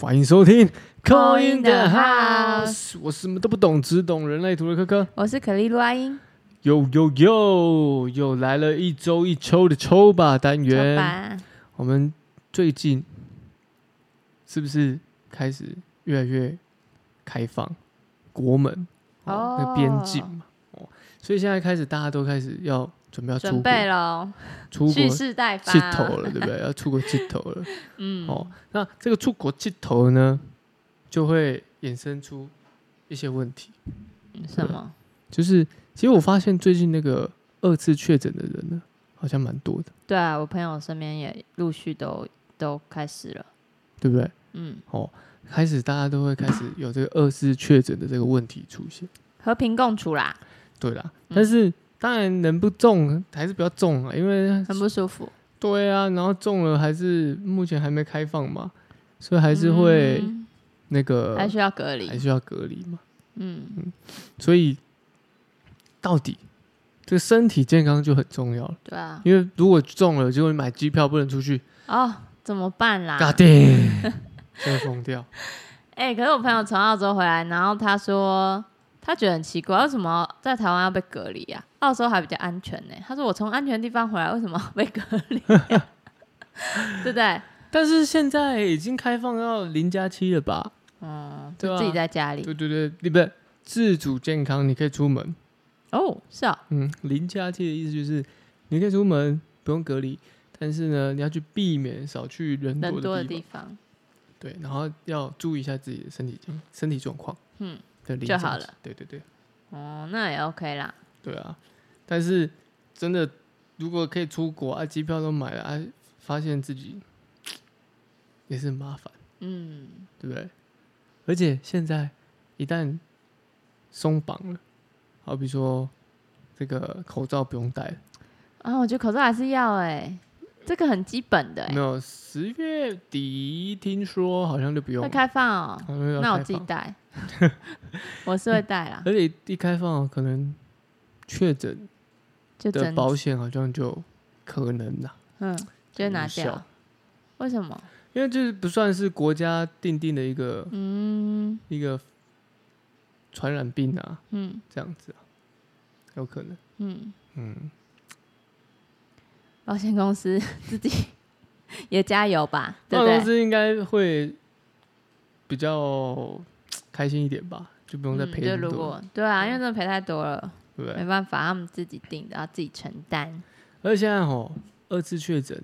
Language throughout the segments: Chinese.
欢迎收听《 Call in the House》，我什么都不懂，只懂人类图的科科。我是可丽露阿英，有有有，又来了一周一抽的抽吧单走元。吧，我们最近是不是开始越来越开放国门哦那边境嘛？哦，所以现在开始大家都开始要准备要出准国，备喽，出国蓄势待发，气头了，对不对？要出国气头了。嗯，哦，那这个出国气头呢，就会衍生出一些问题，什么？就是其实我发现最近那个二次确诊的人呢，好像蛮多的，对啊，我朋友身边也陆续都都开始了，对不对？嗯，哦，开始大家都会开始有这个二次确诊的这个问题出现，和平共处啦，对啦。嗯但是当然能不中还是不要中啊，因为很不舒服，对啊，然后中了还是目前还没开放嘛，所以还是会嗯那个、还需要隔还离，需要隔离嘛。嗯，所以到底这个身体健康就很重要了，对啊，因为如果中了，结果你买机票不能出去，哦，怎么办啦？ 嘎定就会疯掉。哎、可是我朋友从澳洲回来，然后他说他觉得很奇怪，为什么在台湾要被隔离啊？澳洲还比较安全呢、他说我从安全地方回来，为什么要被隔离、 啊？对不对？但是现在已经开放到零加七了吧？嗯，对啊就自己在家里。对对对，你不是自主健康，你可以出门。哦，是啊、嗯，零加七的意思就是你可以出门，不用隔离，但是呢，你要去避免少去人多人多的的地地方。方对，然后要注意一下自己的身体健身体状况。嗯，的零就加好七了。对对对。哦，那也 OK 啦。对啊，但是真的如果可以出国啊，机票都买了啊，发现自己也是很麻烦，嗯，对不对？而且现在一旦松绑了，好比说这个口罩不用戴了，啊，我觉得口罩还是要哎、这个很基本的哎、没有十月底听说好像就不用会了，开放哦。好像要那我开自己放 戴，我是会戴啦，而且一一开放哦可能确诊就的真保险好像就可能啦，嗯，就会拿无效掉。为什么？因为这不算是国家定定的一个嗯一个传染病啊，嗯这样子啊，有可能。嗯，嗯，保险公司 自己也加油吧，对那不公对？司应该会比较开心一点吧，就不用再嗯赔就那么如多，果嗯对啊，因为真的赔太多了，对不没对？办法，他们自己定的，要自己承担，而且现在吼，二次确诊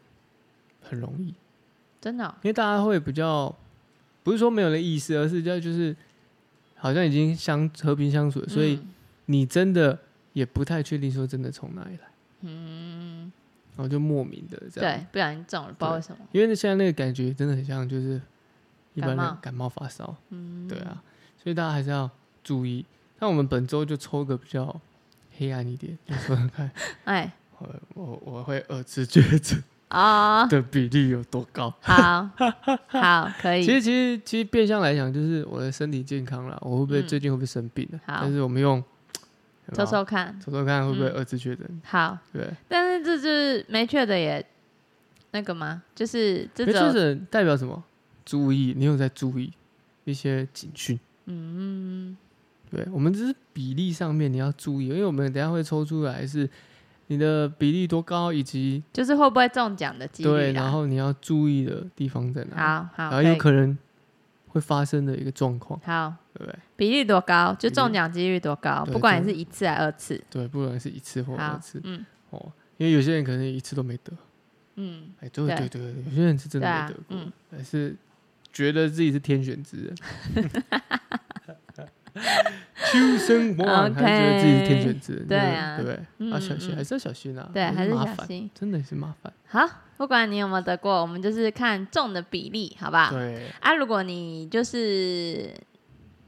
很容易，因真的哦、为大家会比较不是说没有人意识，而是叫就是好像已经相和平相处了，所以嗯你真的也不太确定说真的从哪里来，嗯，然后就莫名的这样对，不小心中了，不知道为什么，因为现在那个感觉真的很像就是一般感的冒感冒发烧，嗯，对，啊，所以大家还是要注意。那我们本周就抽个比较黑暗一点，你说说看，哎我我我会二次确诊哦，的比例有多高？好好可其以，实其实其实变相来讲，就是我的身体健康啦，我会不会嗯最近会不会生病呢？好但是我们用有没抽有抽看，抽抽看会不会嗯二次确诊？好，对，但是这就是没确的也那个吗？就是这因为确种，诊代表什么？注意，你有在注意一些警讯。嗯，对，我们只是比例上面你要注意，因为我们等一下会抽出来是你的比例多高，以及就是会不会中奖的几对，率啦然。后你要注意的地方在哪，好好，然后有以可能会发生的一个状况，好，对不对？比例多高就比例中奖几率多高，对不管你就是一次还是二次。对，不管是一次或好二次，嗯哦，因为有些人可能一次都没得，嗯，哎，对对对对，对有些人是真对的没啊得过，，嗯，但是觉得自己是天选 之人。秋生往往还觉得自己是天选之人，对啊对不对？嗯要小嗯心，嗯还是要小心啊，对，还是麻小烦。心。真的是麻烦。好，不管你有没有得过，我们就是看中的比例，好不好？对，啊，如果你就是。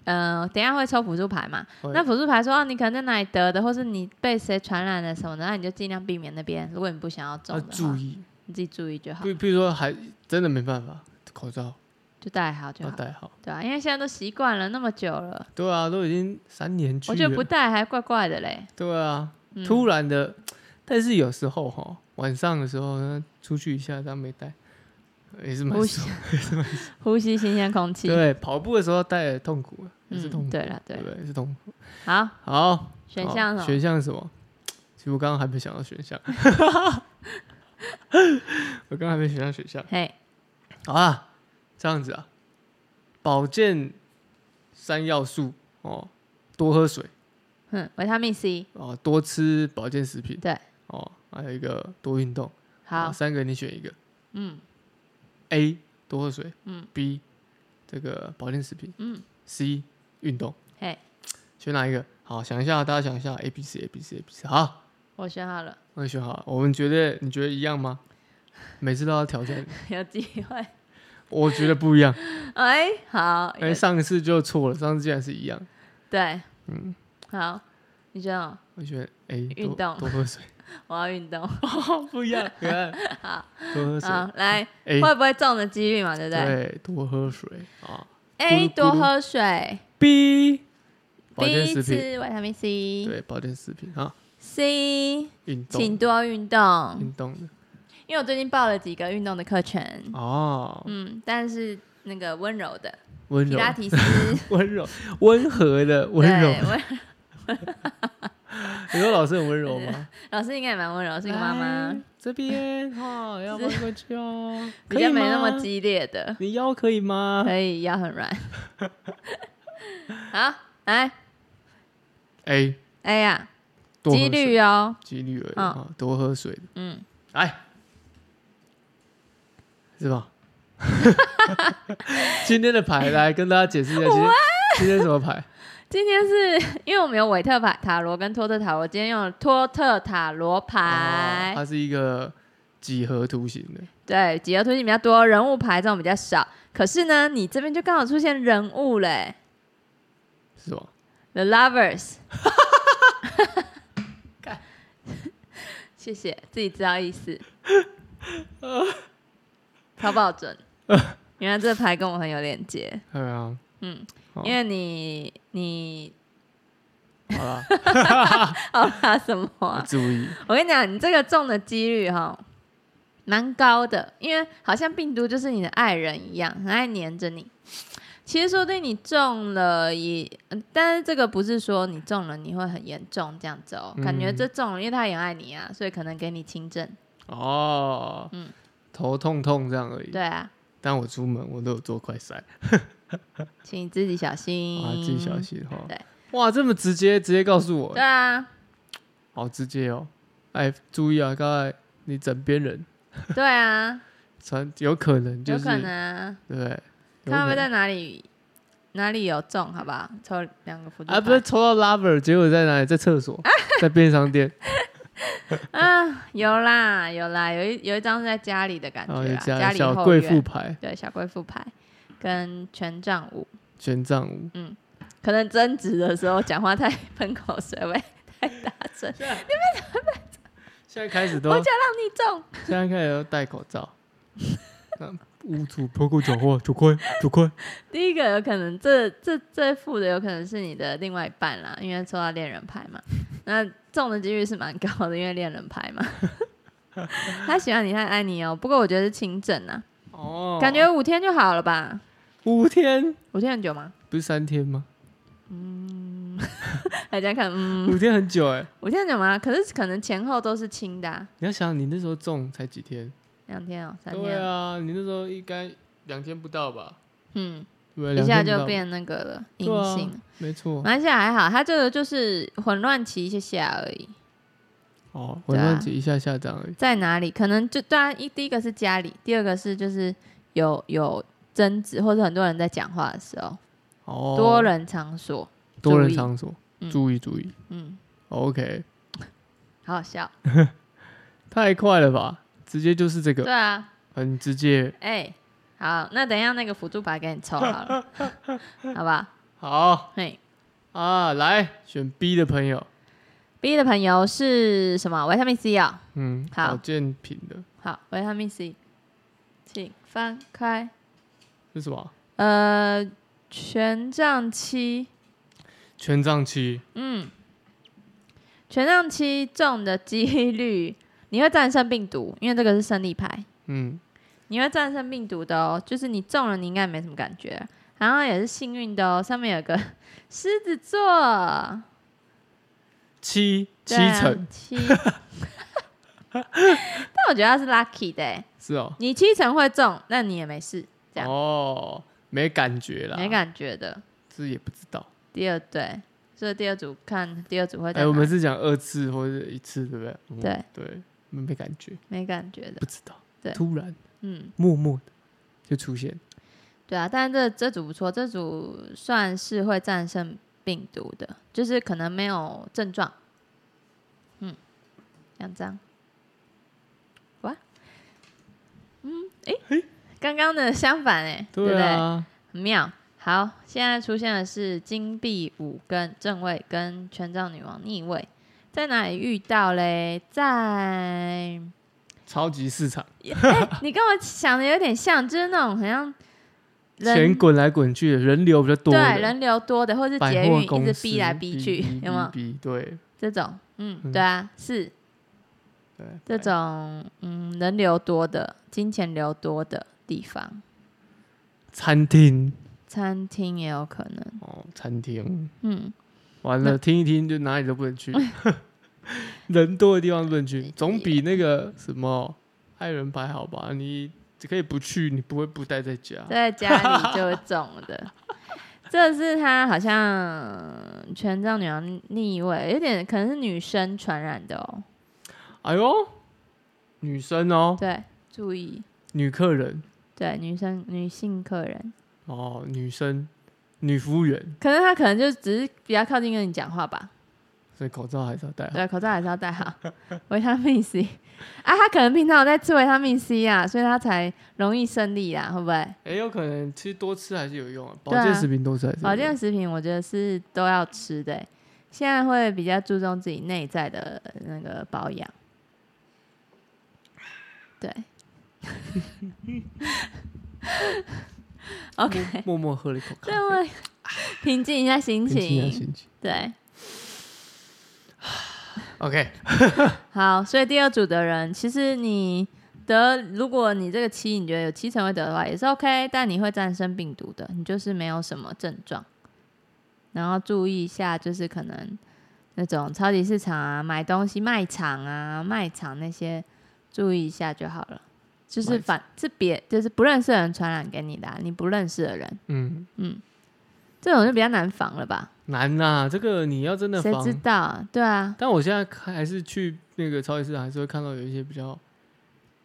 呃，等一下会抽辅助牌嘛？会那辅助牌说、哦、你可能在哪里得的，或是你被谁传染了什么的，那你就尽量避免那边。如果你不想要中要的话，注意，你自己注意就好，比比如说还真的没办法，口罩就戴好就要好，戴好。对啊，因为现在都习惯了那么久了，对啊，都已经三年去我觉得不了。戴还怪怪的嘞。对啊，嗯突然的，但是有时候哈，晚上的时候呢，出去一下，但没戴，也是蛮呼吸爽。 呼吸新鲜空气。对，跑步的时候带来痛苦，也是痛苦，嗯，对了，对对不，对？是痛苦。好，好，选好项是哦什么？选项是什么？其实我刚刚还没想到选项， 我刚刚还没想到选项。嘿，好啊，这样子啊，保健三要素哦，多喝水嗯，维他命 C，哦，多吃保健食品，对哦，还有一个多运动，好哦，三个你选一个嗯 A 多喝水，嗯，B 这个保健食品嗯， ，C 运动，嘿，选哪一个？好，想一下，大家想一下，A B C A B C A B C，好，我选好了， 那你选好了，我们觉得你觉得一样吗？每次都要挑战你，有机会。我觉得不 一样，哎，好，哎、有上次就错了，上次竟然是一样，对，嗯，好，你选哦，我选 A 哎多运动多喝 水。我要运动。不一 样，看，多喝水好，来，啊，A 会不会中的几率嘛？对不对对，多喝水哦啊。 ？A 咕噜咕噜多喝水 B 保健食，B 品，吃维他命 C，C 对，保健食品啊，运动请多运动。运动的因为我最近报了几个运动的课程，哦，嗯，但是那个温柔的温皮柔拉提斯， 温柔温和的温柔对，，温你说老师很温柔吗？老师应该也蛮温柔，是一个妈妈来，这边哈，要弯过去哦， 比较可以没那么吗，激烈的，你腰可以 吗？可以腰很软。好，来 A A 呀，哎多几喝水率哦，几率而已嗯啊，多喝水嗯，来，是吧？ 今天的牌来跟大家解释一 下，今啊天今天什么牌？今天是因为我们有韦特牌塔罗跟托特塔罗，今天用了托特塔罗哦牌，它是一个几何图形的，对，几何图形比较多，人物牌这种比较少。可是呢，你这边就刚好出现人物嘞是吧？ ，The Lovers， 干谢谢，自己知道 意思，淘宝准，原来这牌跟我很有连接。对啊，嗯，好因为你你好 啦，好啦什么啊、我注意我跟你讲，你这个中的几率哈、蛮高的，因为好像病毒就是你的爱人一样，很爱黏着你。其实说对你中了也，嗯但是这个不是说你中了你会很严重这样子哦，感觉嗯这中了，因为他也很爱你啊，所以可能给你轻症。哦，嗯头痛痛这样而已。对啊，但我出门我都有做快筛，请你自己小心，啊，自己小。心哈嗯对。哇，这么直接，直接告诉我对，啊，好直接哦。哎，注意啊，刚才你枕边人对啊，传有可能就有是可能啊，对不对，有看会可能不会在哪里哪里有中，好不好？抽两个辅助啊，不是牌抽到 lover，结果在哪里？在厕所，在便利商 店。啊，有啦有啦，有一有一张是在家里的感觉然后哦有啦，加啊里小后贵院妇牌、对小贵妇牌跟权杖五，权杖五。可能争执的时候讲话太喷口水味太大声，现在开始都我，想让你中，现在开始都戴口罩。 那屋主破口讲话，九 块九块。第一个有可能这这这副的有可能是你的另外一半啦，因为抽到恋人牌嘛，那中的几率是蛮高的，因为恋人 牌嘛。他喜欢你，他爱你哦。不过我觉得是轻症啊，哦感觉五天就好了吧？五天五天很久吗？不是三天吗？大家看，嗯，五天很久哎、我现在讲嘛，可是可能前后都是轻的、啊，你要想，你那时候中才几天？两天哦，三对天，啊，你那时候应该两天不到吧？嗯，对不对，一下两天不就到，变那个了，嗯阴对啊性。没错。马来西亚还好，它这个就是混乱期一下下而已，哦，我对啊乱起一下下这样而已。在哪里？可能就对啊，一第一个是家里，第二个是就是有有争执或者很多人在讲话的时候，哦，多人场所，多人注意场所，嗯注意注意。哦嗯， OK，好好笑，太快了吧？直接就是这对个，啊，很直接。哎、好，那等一下那个辅助牌给你抽好了，好吧？好。嘿啊，来选 B 的朋友， ，B 的朋友是什么？维他命 C 哦。嗯，好保健品的好，维他命 C，请翻开。是什么？呃，权杖七，权杖七，嗯，权杖七中的几率，你会战胜病毒，因为这个是胜利牌。嗯，你会战胜病毒的哦，就是你中了，你应该没什么感觉。然后也是幸运的哦，上面有个狮子座，七七对 啊成七。但我觉得他是 lucky 的欸，是哦，你七成会中，那你也没事，这样哦，没感觉啦，没感觉的。这也不知道。第二对，所以第二组看第二组会在哎、哪？我们是讲二次或者一次，对不对？嗯、对对，没没感觉，没感觉的不，知道，对突然嗯。默默的就出现，对啊，但是这这组不错，这组算是会战胜病毒的，就是可能没有症状。嗯，两张。哇，嗯，诶，刚刚的相反哎、对不对对？啊，很妙。好，现在出现的是金币五跟正位跟权杖女王逆位，在哪里遇到嘞？在超级市场你跟我想的有点像，就是那种好像人钱滚来滚去的，人流比较多的，对人流多的，或是百捷货运公一直司逼来逼去，有没有逼对这种？嗯，嗯对啊，是对，这种嗯人流多的、金钱流多的地方，餐厅餐厅也有可能。哦，餐厅嗯，完了，听一听就哪里都不能 去，人多的地方不能去，总比那个什么爱人牌好吧？你可以不去，你不会不待在家，在家里就会中 的。这是他好像权杖女王逆位，有点可能是女生传染的哦。哎呦，女生哦，对，注意，女客人对女生女性客人，哦，女生，女服务员，可能她可能就只是比较靠近跟你讲话吧。所以口罩还是要戴好。对，口罩还是要戴好。 维他命 C 啊，他可能平常有在吃维他命 C 啊，所以他才容易胜利啊，会不会？哎、有可能其实多吃还是有用啊，保对啊健食品多吃还是有用保健食品我觉得是都要吃的欸、现在会比较注重自己内在的那个保养。 对 ，OK， 默默喝了一口咖这啡，么 平静一下心平静一下情，心情。对。 OK，好，所以第二组的人，其实你得，如果你这个七，你觉得有七成会得的话，也是 OK，但你会战胜病毒的，你就是没有什么症状。然后注意一下，就是可能那种超级市场啊、买东西卖场啊、卖场那些，注意一下就好了。就是卖场反是别就是不认识的人传染给你的啊、你不认识的人，嗯，嗯，这种就比较难防了吧？难呐、这个你要真的谁防知。道啊？对啊，但我现在看还是去那个超级市场，还是会看到有一些比较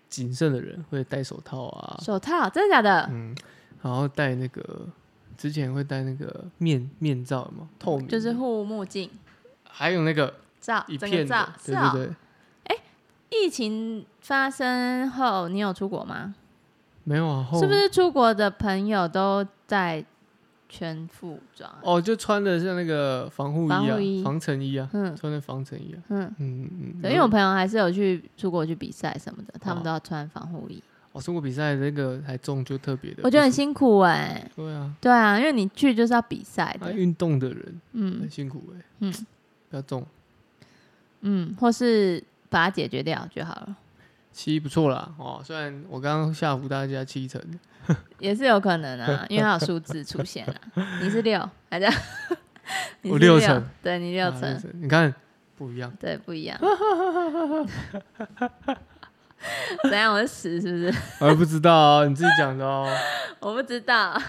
谨慎的人会戴手套啊，手套真的假的？嗯，然后戴那个之前会戴那个面面罩嘛，透明的，就是护目镜。还有那个照，一整个片照的，，是对啊、对对，疫情发生后，你有出国吗？没有啊，后是不是出国的朋友都在全副装啊？哦，就穿的像那个防护衣防护啊，衣防尘衣啊，嗯穿的防尘衣啊，嗯，嗯嗯，对，因为我朋友还是有去出国去比赛什么的，他们哦都要穿防护衣，我哦中国比赛那个还中就特别的，我觉得很辛辛苦哎、对啊，对啊，因为你去就是要比赛爱的，运动的人嗯很辛苦哎，嗯，不要中，嗯，或是把它解决掉就好了，七不错啦哦，虽然我刚刚吓唬大家七成，也是有可能 啊，因为它有数字出现啊。你是六，还是 你我是六成，对你六啊成，你看不一样，对，不一样。 怎样？我是十是不是？ 我还不知道哦，你自己讲的哦，我不知道。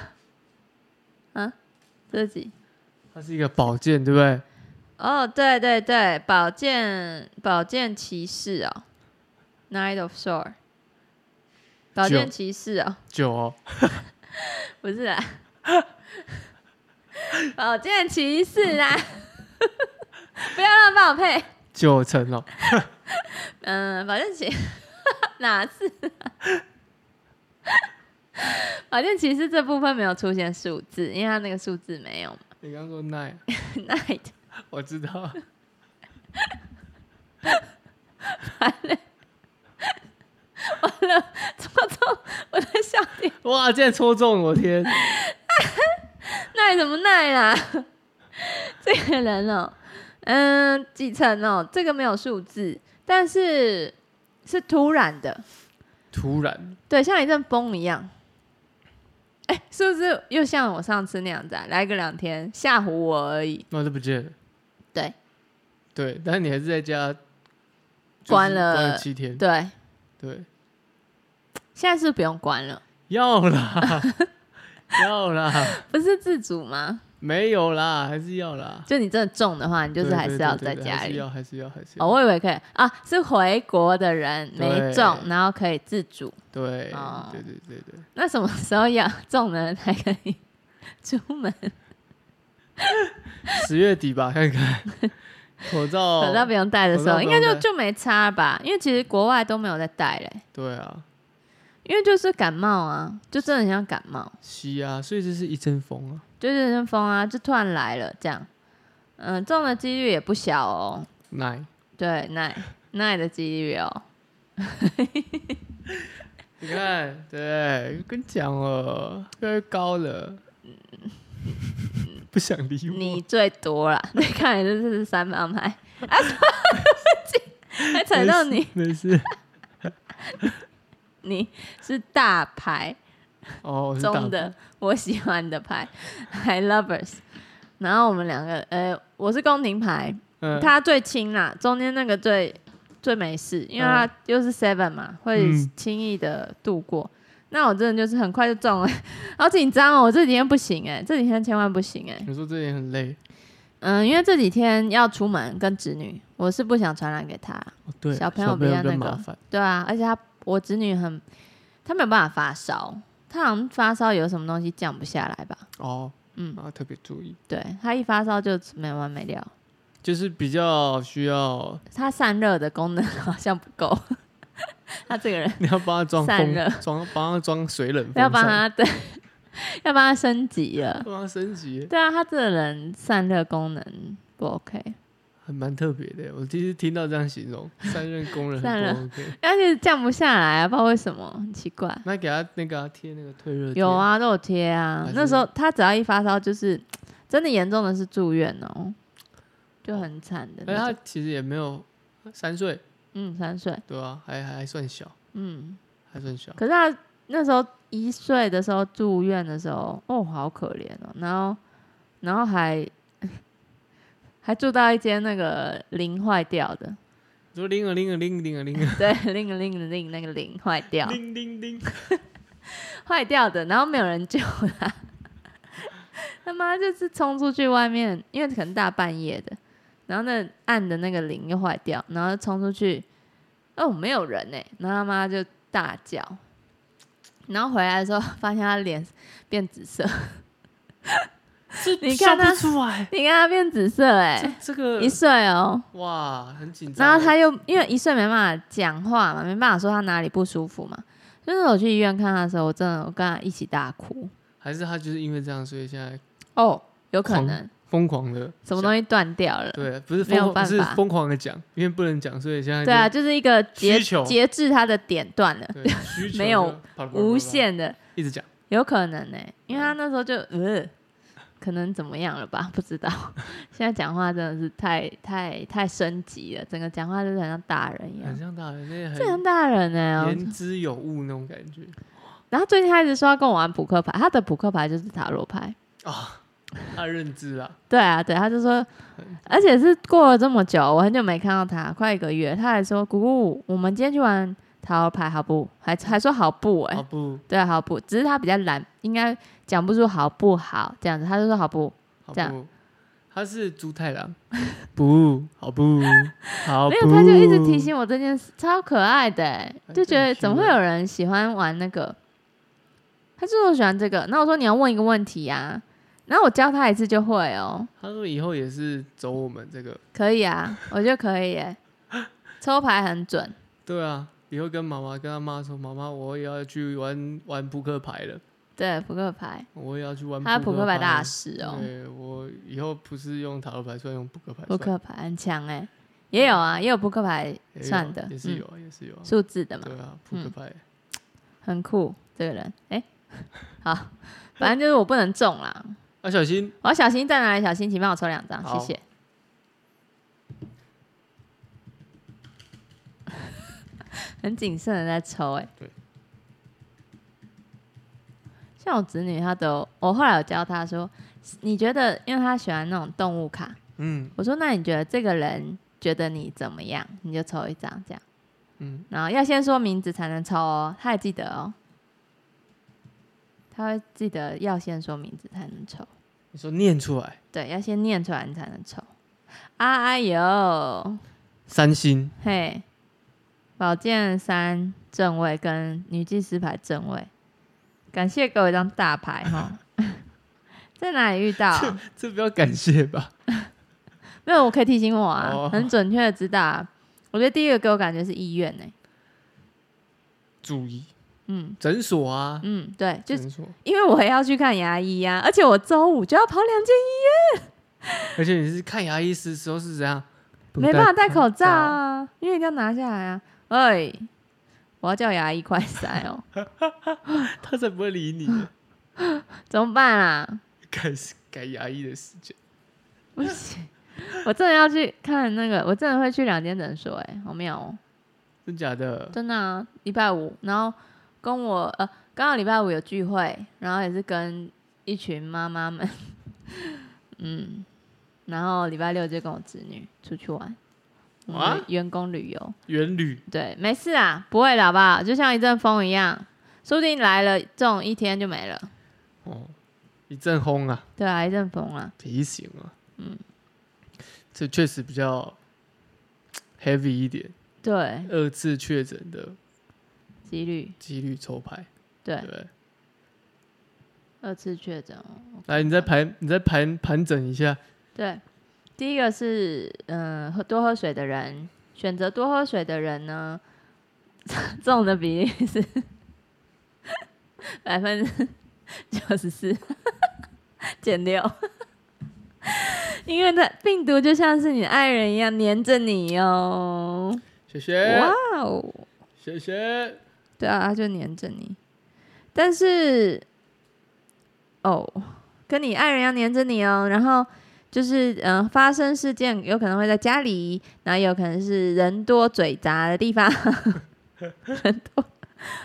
啊，自己它是一个宝剑，对不对？哦，对对对，宝剑宝剑骑士哦，Knight of Sword，宝剑九骑士哦，九哦，不是啊， 宝剑骑士啊， 不要乱帮我配，九成哦，嗯，宝剑骑 哪 是、宝剑骑士这部分没有出现数字，因为它那个数字没有嘛。你刚刚说奈， Night 我知道，戳中我的笑点，哇，竟然戳中，我天，奈什么奈啦？ 这个人哦，嗯，几层哦，这个没有数字，但是是突然的，突然，对，像一阵风一样。哎、是不是又像我上次那样子、啊，来个两天吓唬我而已？那就哦不见了。对对，但是你还是在家、就是关了关了七天，对，对，现在是不用关了，要啦要啦，不是自主吗？没有啦，还是要啦，就你真的中的话，你就是对还对是对要对在对家还是里。要还是要还是哦，要，我以为可以啊，是回国的人没对中，然后可以自主。对哦对对对对，那什么时候要中的人才可以出门？十月底吧，看看口罩，口罩不用戴的时候，口罩应哦不该用就戴就没差吧？因为其实国外都没有在戴嘞，对啊，因为就是感冒啊，就真的很像感冒，吸啊，所以这是一阵风啊，就是阵风啊，就突然来了这样。嗯，中的几率也不小哦。奶，对，耐耐的几率哦。你看，对，跟你讲哦，越来越高了，嗯不想理我，你最多啦， 你看你这是三方 派，啊，对不起，还踩到你，没事，你是大牌哦，我是大中的我喜欢的牌，I lovers。然后我们两个，呃，我是宫廷牌，嗯，他最轻啦，中间那个最最没事，因为他又是 seven 嘛，会嗯轻易的度过。那我真的就是很快就中了， 好紧张哦！我这几天不行哎、这几天千万不行哎、你说这也很累，嗯，因为这几天要出门跟侄女，我是不想传染给她。哦，对，小朋友友比较比较那个麻烦，对啊，而且她我侄女很，她没有办法发烧，她好像发烧有什么东西降不下来吧？哦，嗯然后特别注意，对，她一发烧就没完没了，就是比较需 要她散热的功能 好像不够。她这个人你要帮他装散风热，装帮他装水冷风扇，要帮她对，要帮她升级了。帮他升级，对啊，她这个人散热功能不 OK，还蛮特别的。我第一次听到这样形容，散热功能散热很不 OK。而且降不下来啊，不知道为什么，很奇怪。那给他那个啊贴那个退热贴有，啊，都有贴啊还。那是时候他只要一发烧，就是真的严重的是住院哦，就很惨的但那哦他种。其实也没有三岁，嗯，三岁，对吧、还还还算小，嗯，还算小。可是他那时候一岁的时候住院的时候，哦，好可怜哦。然后，然后还还住到一间那个铃坏掉的， 你说铃啊铃啊铃铃啊铃啊对， 铃个铃个铃那个铃坏掉，铃铃 铃，坏掉的，然后没有人救他， 他妈就是冲出去外面，因为可能大半夜的，然后那按的那个铃又坏掉，然后冲出去，哦，没有人呢、然后他妈就大叫，然后回来的时候 发现他脸变紫色， 你看笑他不，出来，你看他变紫色哎、这这个一岁哦，哇很紧张。欸然后他又因为一岁没办法讲话嘛，没办法说他哪里不舒服嘛，就是我去医院看他的时候，我真的我跟他一起大哭。还是他就是因为这样，所以现在哦，有可狂能疯狂的什么东西断掉了。对，不是没有疯狂，办不是法疯狂的讲，因为不能讲，所以现在对啊，就是一个节需求节制它的点断了就，，对，需求没有就啪啦啪啦啪啦啪啦无限的，一直讲，有可能呢、因嗯为他那时候就呃，可能怎么样了吧， 不知道。现在讲话真的是太太太升级了，整个讲话就是很像大人一很样，像大人，那这很很大人呢、言之有物那种感觉然后最近他一直说要跟我玩扑克牌，他的扑克牌就是塔罗牌。啊，他认知啊，对啊，对，他就说，而且是过了这么久，我很久没看到他，快一个月，他还说：“姑姑，我们今天去玩塔罗牌好不？”还还说好不哎、啊不，对，好不，只是他比较懒，应该讲不出好不好这样子，他就说好不，好这样不，他是猪太 郎，不好不好不，没有，他就一直提醒我这件事，超可爱的欸、还就觉真得是怎么会有人喜欢玩那个？他就说我喜欢这个，那我说你要问一个问题呀、然后我教他一次就会哦，他说以后也是走我们这个，可以啊，我觉得可以耶、抽牌很准，对啊，以后跟妈妈跟他妈说，妈妈我也要去玩玩扑克牌了，对，扑克牌，我也要去玩他扑克牌大了师哦，对我以后不是用塔罗牌算，用扑克牌扑算，克牌很强哎、也有啊，也有扑克牌也有算的，也是嗯有啊，也是有啊，数字的嘛，对啊，扑克嗯牌很酷，这个人，哎、好，反正就是我不能中啦，啊，小心我要小心在哪里？小心，请帮我抽两张，谢好谢。 很谨慎的在抽、哎，对，像我侄女，她都我后来有教她说，你觉得，因为她喜欢那种动物卡，嗯我说那你觉得这个人觉得你怎么样，你就抽一张这样，嗯，然后要先说名字才能抽哦，她还记得哦，她会记得要先说名字才能抽，你说念出来，对，要先念出来你才能抽。啊哎呦，三星 嘿，宝剑三正位跟女祭司牌正位，感谢给我一张大牌哈。在哪里遇到？这不要感谢吧？没有，我可以提醒我啊，哦很准确的知道啊。我觉得第一个给我感觉是医院呢、欸注意嗯诊所啊，嗯，对，就是诊所，因为我也要去看牙医呀、而且我周五就要跑两间，而且你是看牙医师的时候是怎样？没办法戴口罩罩，啊，因为一定要拿下来啊。哎，我要叫牙医快塞 哦，他才不会理你。怎么办啊？ 改改牙医的时间，不行，我真的要去看那个，我真的会去两间诊所、哎，好妙哦，真假的？真的啊，礼拜五，然后跟我呃，刚好礼拜五有聚会，然后也是跟一群妈妈们， 嗯，然后礼拜六就跟我侄女出去玩，我哇们员工旅游，元旅对，没事啊，不会的好不好？就像一阵风一样，说不定来了这种一天就没了，哦，一阵轰啊，对啊，一阵风啊，提醒啊，嗯，这确实比较 heavy 一点，对，二次确诊的几率几率抽牌，对对不，对，二次确诊哦，来你再盘你再盘盘整一下，对，第一个是嗯、喝多喝水的人，选择多喝水的人呢， 中的比例是 百分之九十四 减六，因为它病毒就像是你的爱人一样黏着你哦。雪雪哇哦，雪雪，对啊，它就黏着你，但是哦，跟你爱人要黏着你哦，然后。就是嗯、呃发生事件有可能会在家里，然后也有可能是人多嘴杂的地方， 人多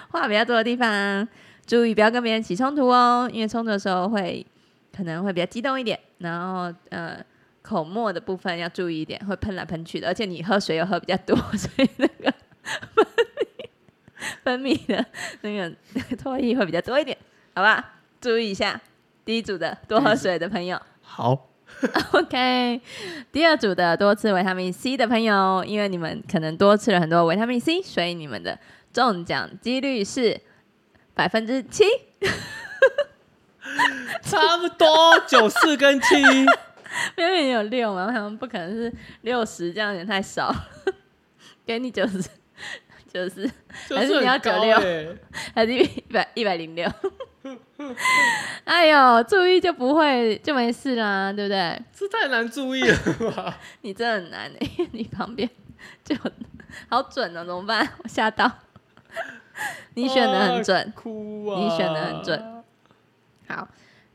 话比较多的地方，注意不要跟别人起冲突哦，因为冲突的时候会可能会比较激动一点，然后呃口沫的部分要注意一点，会喷来喷去的，而且你喝水又喝比较多，所以那个分泌分泌的那个 那个唾液会比较多一点，好吧，注意一下。第一组的多喝水的朋友，好， OK，第二组的多吃维他命 C 的朋友，因为你们可能多吃了很多维他命 C，所以你们的中奖几率是百分之七。 差不多九四跟 七，明明有六嘛，他们不可能是六十，这样有点太少 了。给你九十，九十就还是你很要高96欸还是一百一百零六？ 哎呦，注意就不会就没事啦，对不对？这太难注 意了吧？你真的很难、欸， 因为你旁边就好准哦，怎么办？ 我吓到。你选的很准，哭啊！你选得很准，好，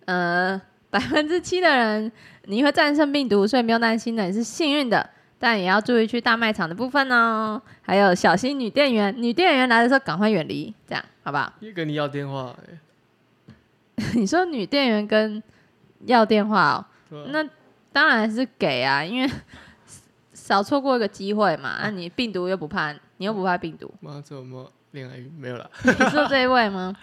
呃，百分之七的人你会战胜病毒，所以不用担心的，你是幸运的，但也要注意去大卖场的部分哦，还有小心女店员，女店员来的时候赶快远离，这样好不好？ 又跟你要电话欸，你说女店员跟要电话哦，对吧那当然是给啊，因为少错过一个机会嘛。那、你病毒又不怕，你又不怕病毒，妈怎么恋爱运没有啦？你说这一位吗？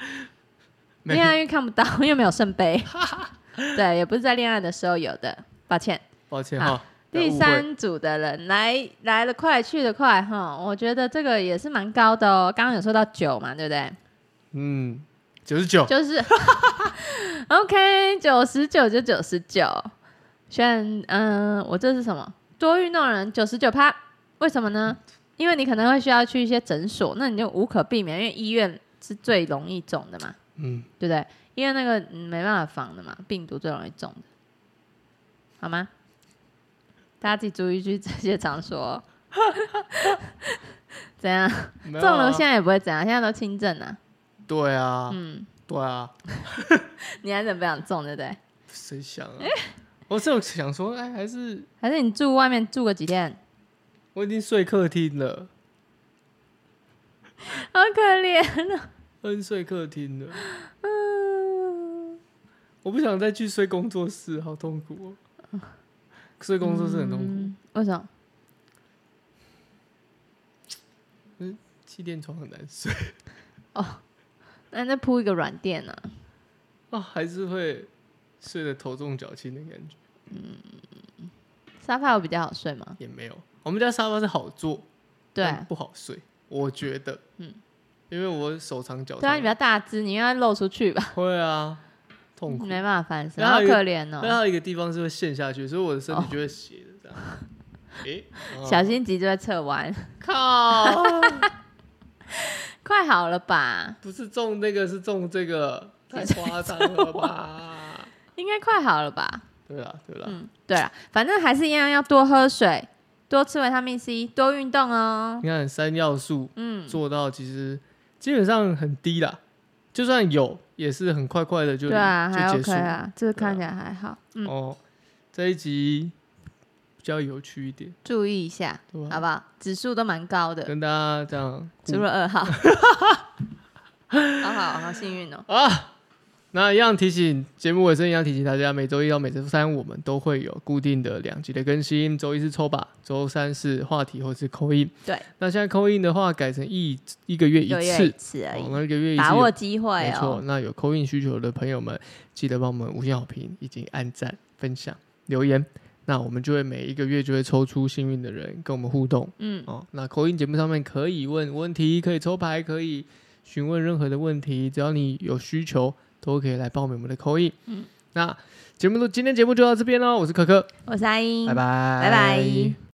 没恋爱运看不到，又没有圣杯， 对，也不是在恋爱的时候有的，抱歉。 抱歉好哈。不要啊第误会，三组的人来来的快，去的快哈，我觉得这个也是蛮高的哦。刚刚有说到九嘛，对不对？嗯，九十九，就是 OK，九十九就九十九，选嗯、我这是什么？多运动的人九十九趴，为什么呢？因为你可能会需要去一些诊所，那你就无可避免，因为医院是最容易中的嘛，嗯，对不对？因为那个嗯没办法防的嘛，病毒最容易中的，好吗？大家自己注意去这些场所哦、 怎样？没中有啊了现在也不会怎样，现在都轻症啊。对啊，嗯，对啊，你还是不想中，对不对？谁想啊？我是有想说，哎，还是还是你住外面住个几天？我已经睡客厅了，好可怜哦。我已经睡客厅了，嗯，我不想再去睡工作室，好痛苦哦。睡工作室很痛苦，嗯为什么？气垫床很难睡那你再铺一个软垫呢？啊，还是会睡得头重脚轻的感觉。沙发有比较好睡吗？也没有，我们家沙发是好坐，对啊但，不好睡，我觉得，嗯，因为我手长脚对啊，长你比，较大只，你应该露出去吧，会啊，痛苦。没办法翻身，然好后有可怜但哦，还有一个地方是会陷下去，所以我的身体就会斜着这样。 诶，啊小心脊椎侧弯， 靠！快好了吧？不是中那个，是中这个，太夸张了吧？应该快好了吧？对啦，对啦，嗯，对了，反正还是一样要多喝水，多吃维他命 C，多运动哦。你看三要素嗯，做到，其实基本上很低啦，就算有，也是很快快的就对啊，还就结束 OK 啊，这个对啊看起来还好。嗯，哦。这一集比较有趣一点，注意一下，对好吧？不好？指数都蛮高的，跟大家这样互除了 二号，好好好幸运哦。啊。那一样提醒节目尾声，一样提醒大家，每周一到每周三我们都会有固定的两集的更新。周一是抽把，周三是话题或是扣印。对，那现在扣印的话，改成一一个月一六月次一，次而哦，已，那一个月一次把有握机会没错，哦。那有扣印需求的朋友们，记得帮我们五星好评，以及按赞、分享、留言。那我们就会每一个月就会抽出幸运的人跟我们互动嗯，哦。那扣印节目上面可以问问题，可以抽牌，可以询问任何的问题，只要你有需求，都可以来报名我们的扣印。嗯，那节目都今天节目就到这边喽，我是可可，我是阿英，拜拜，拜拜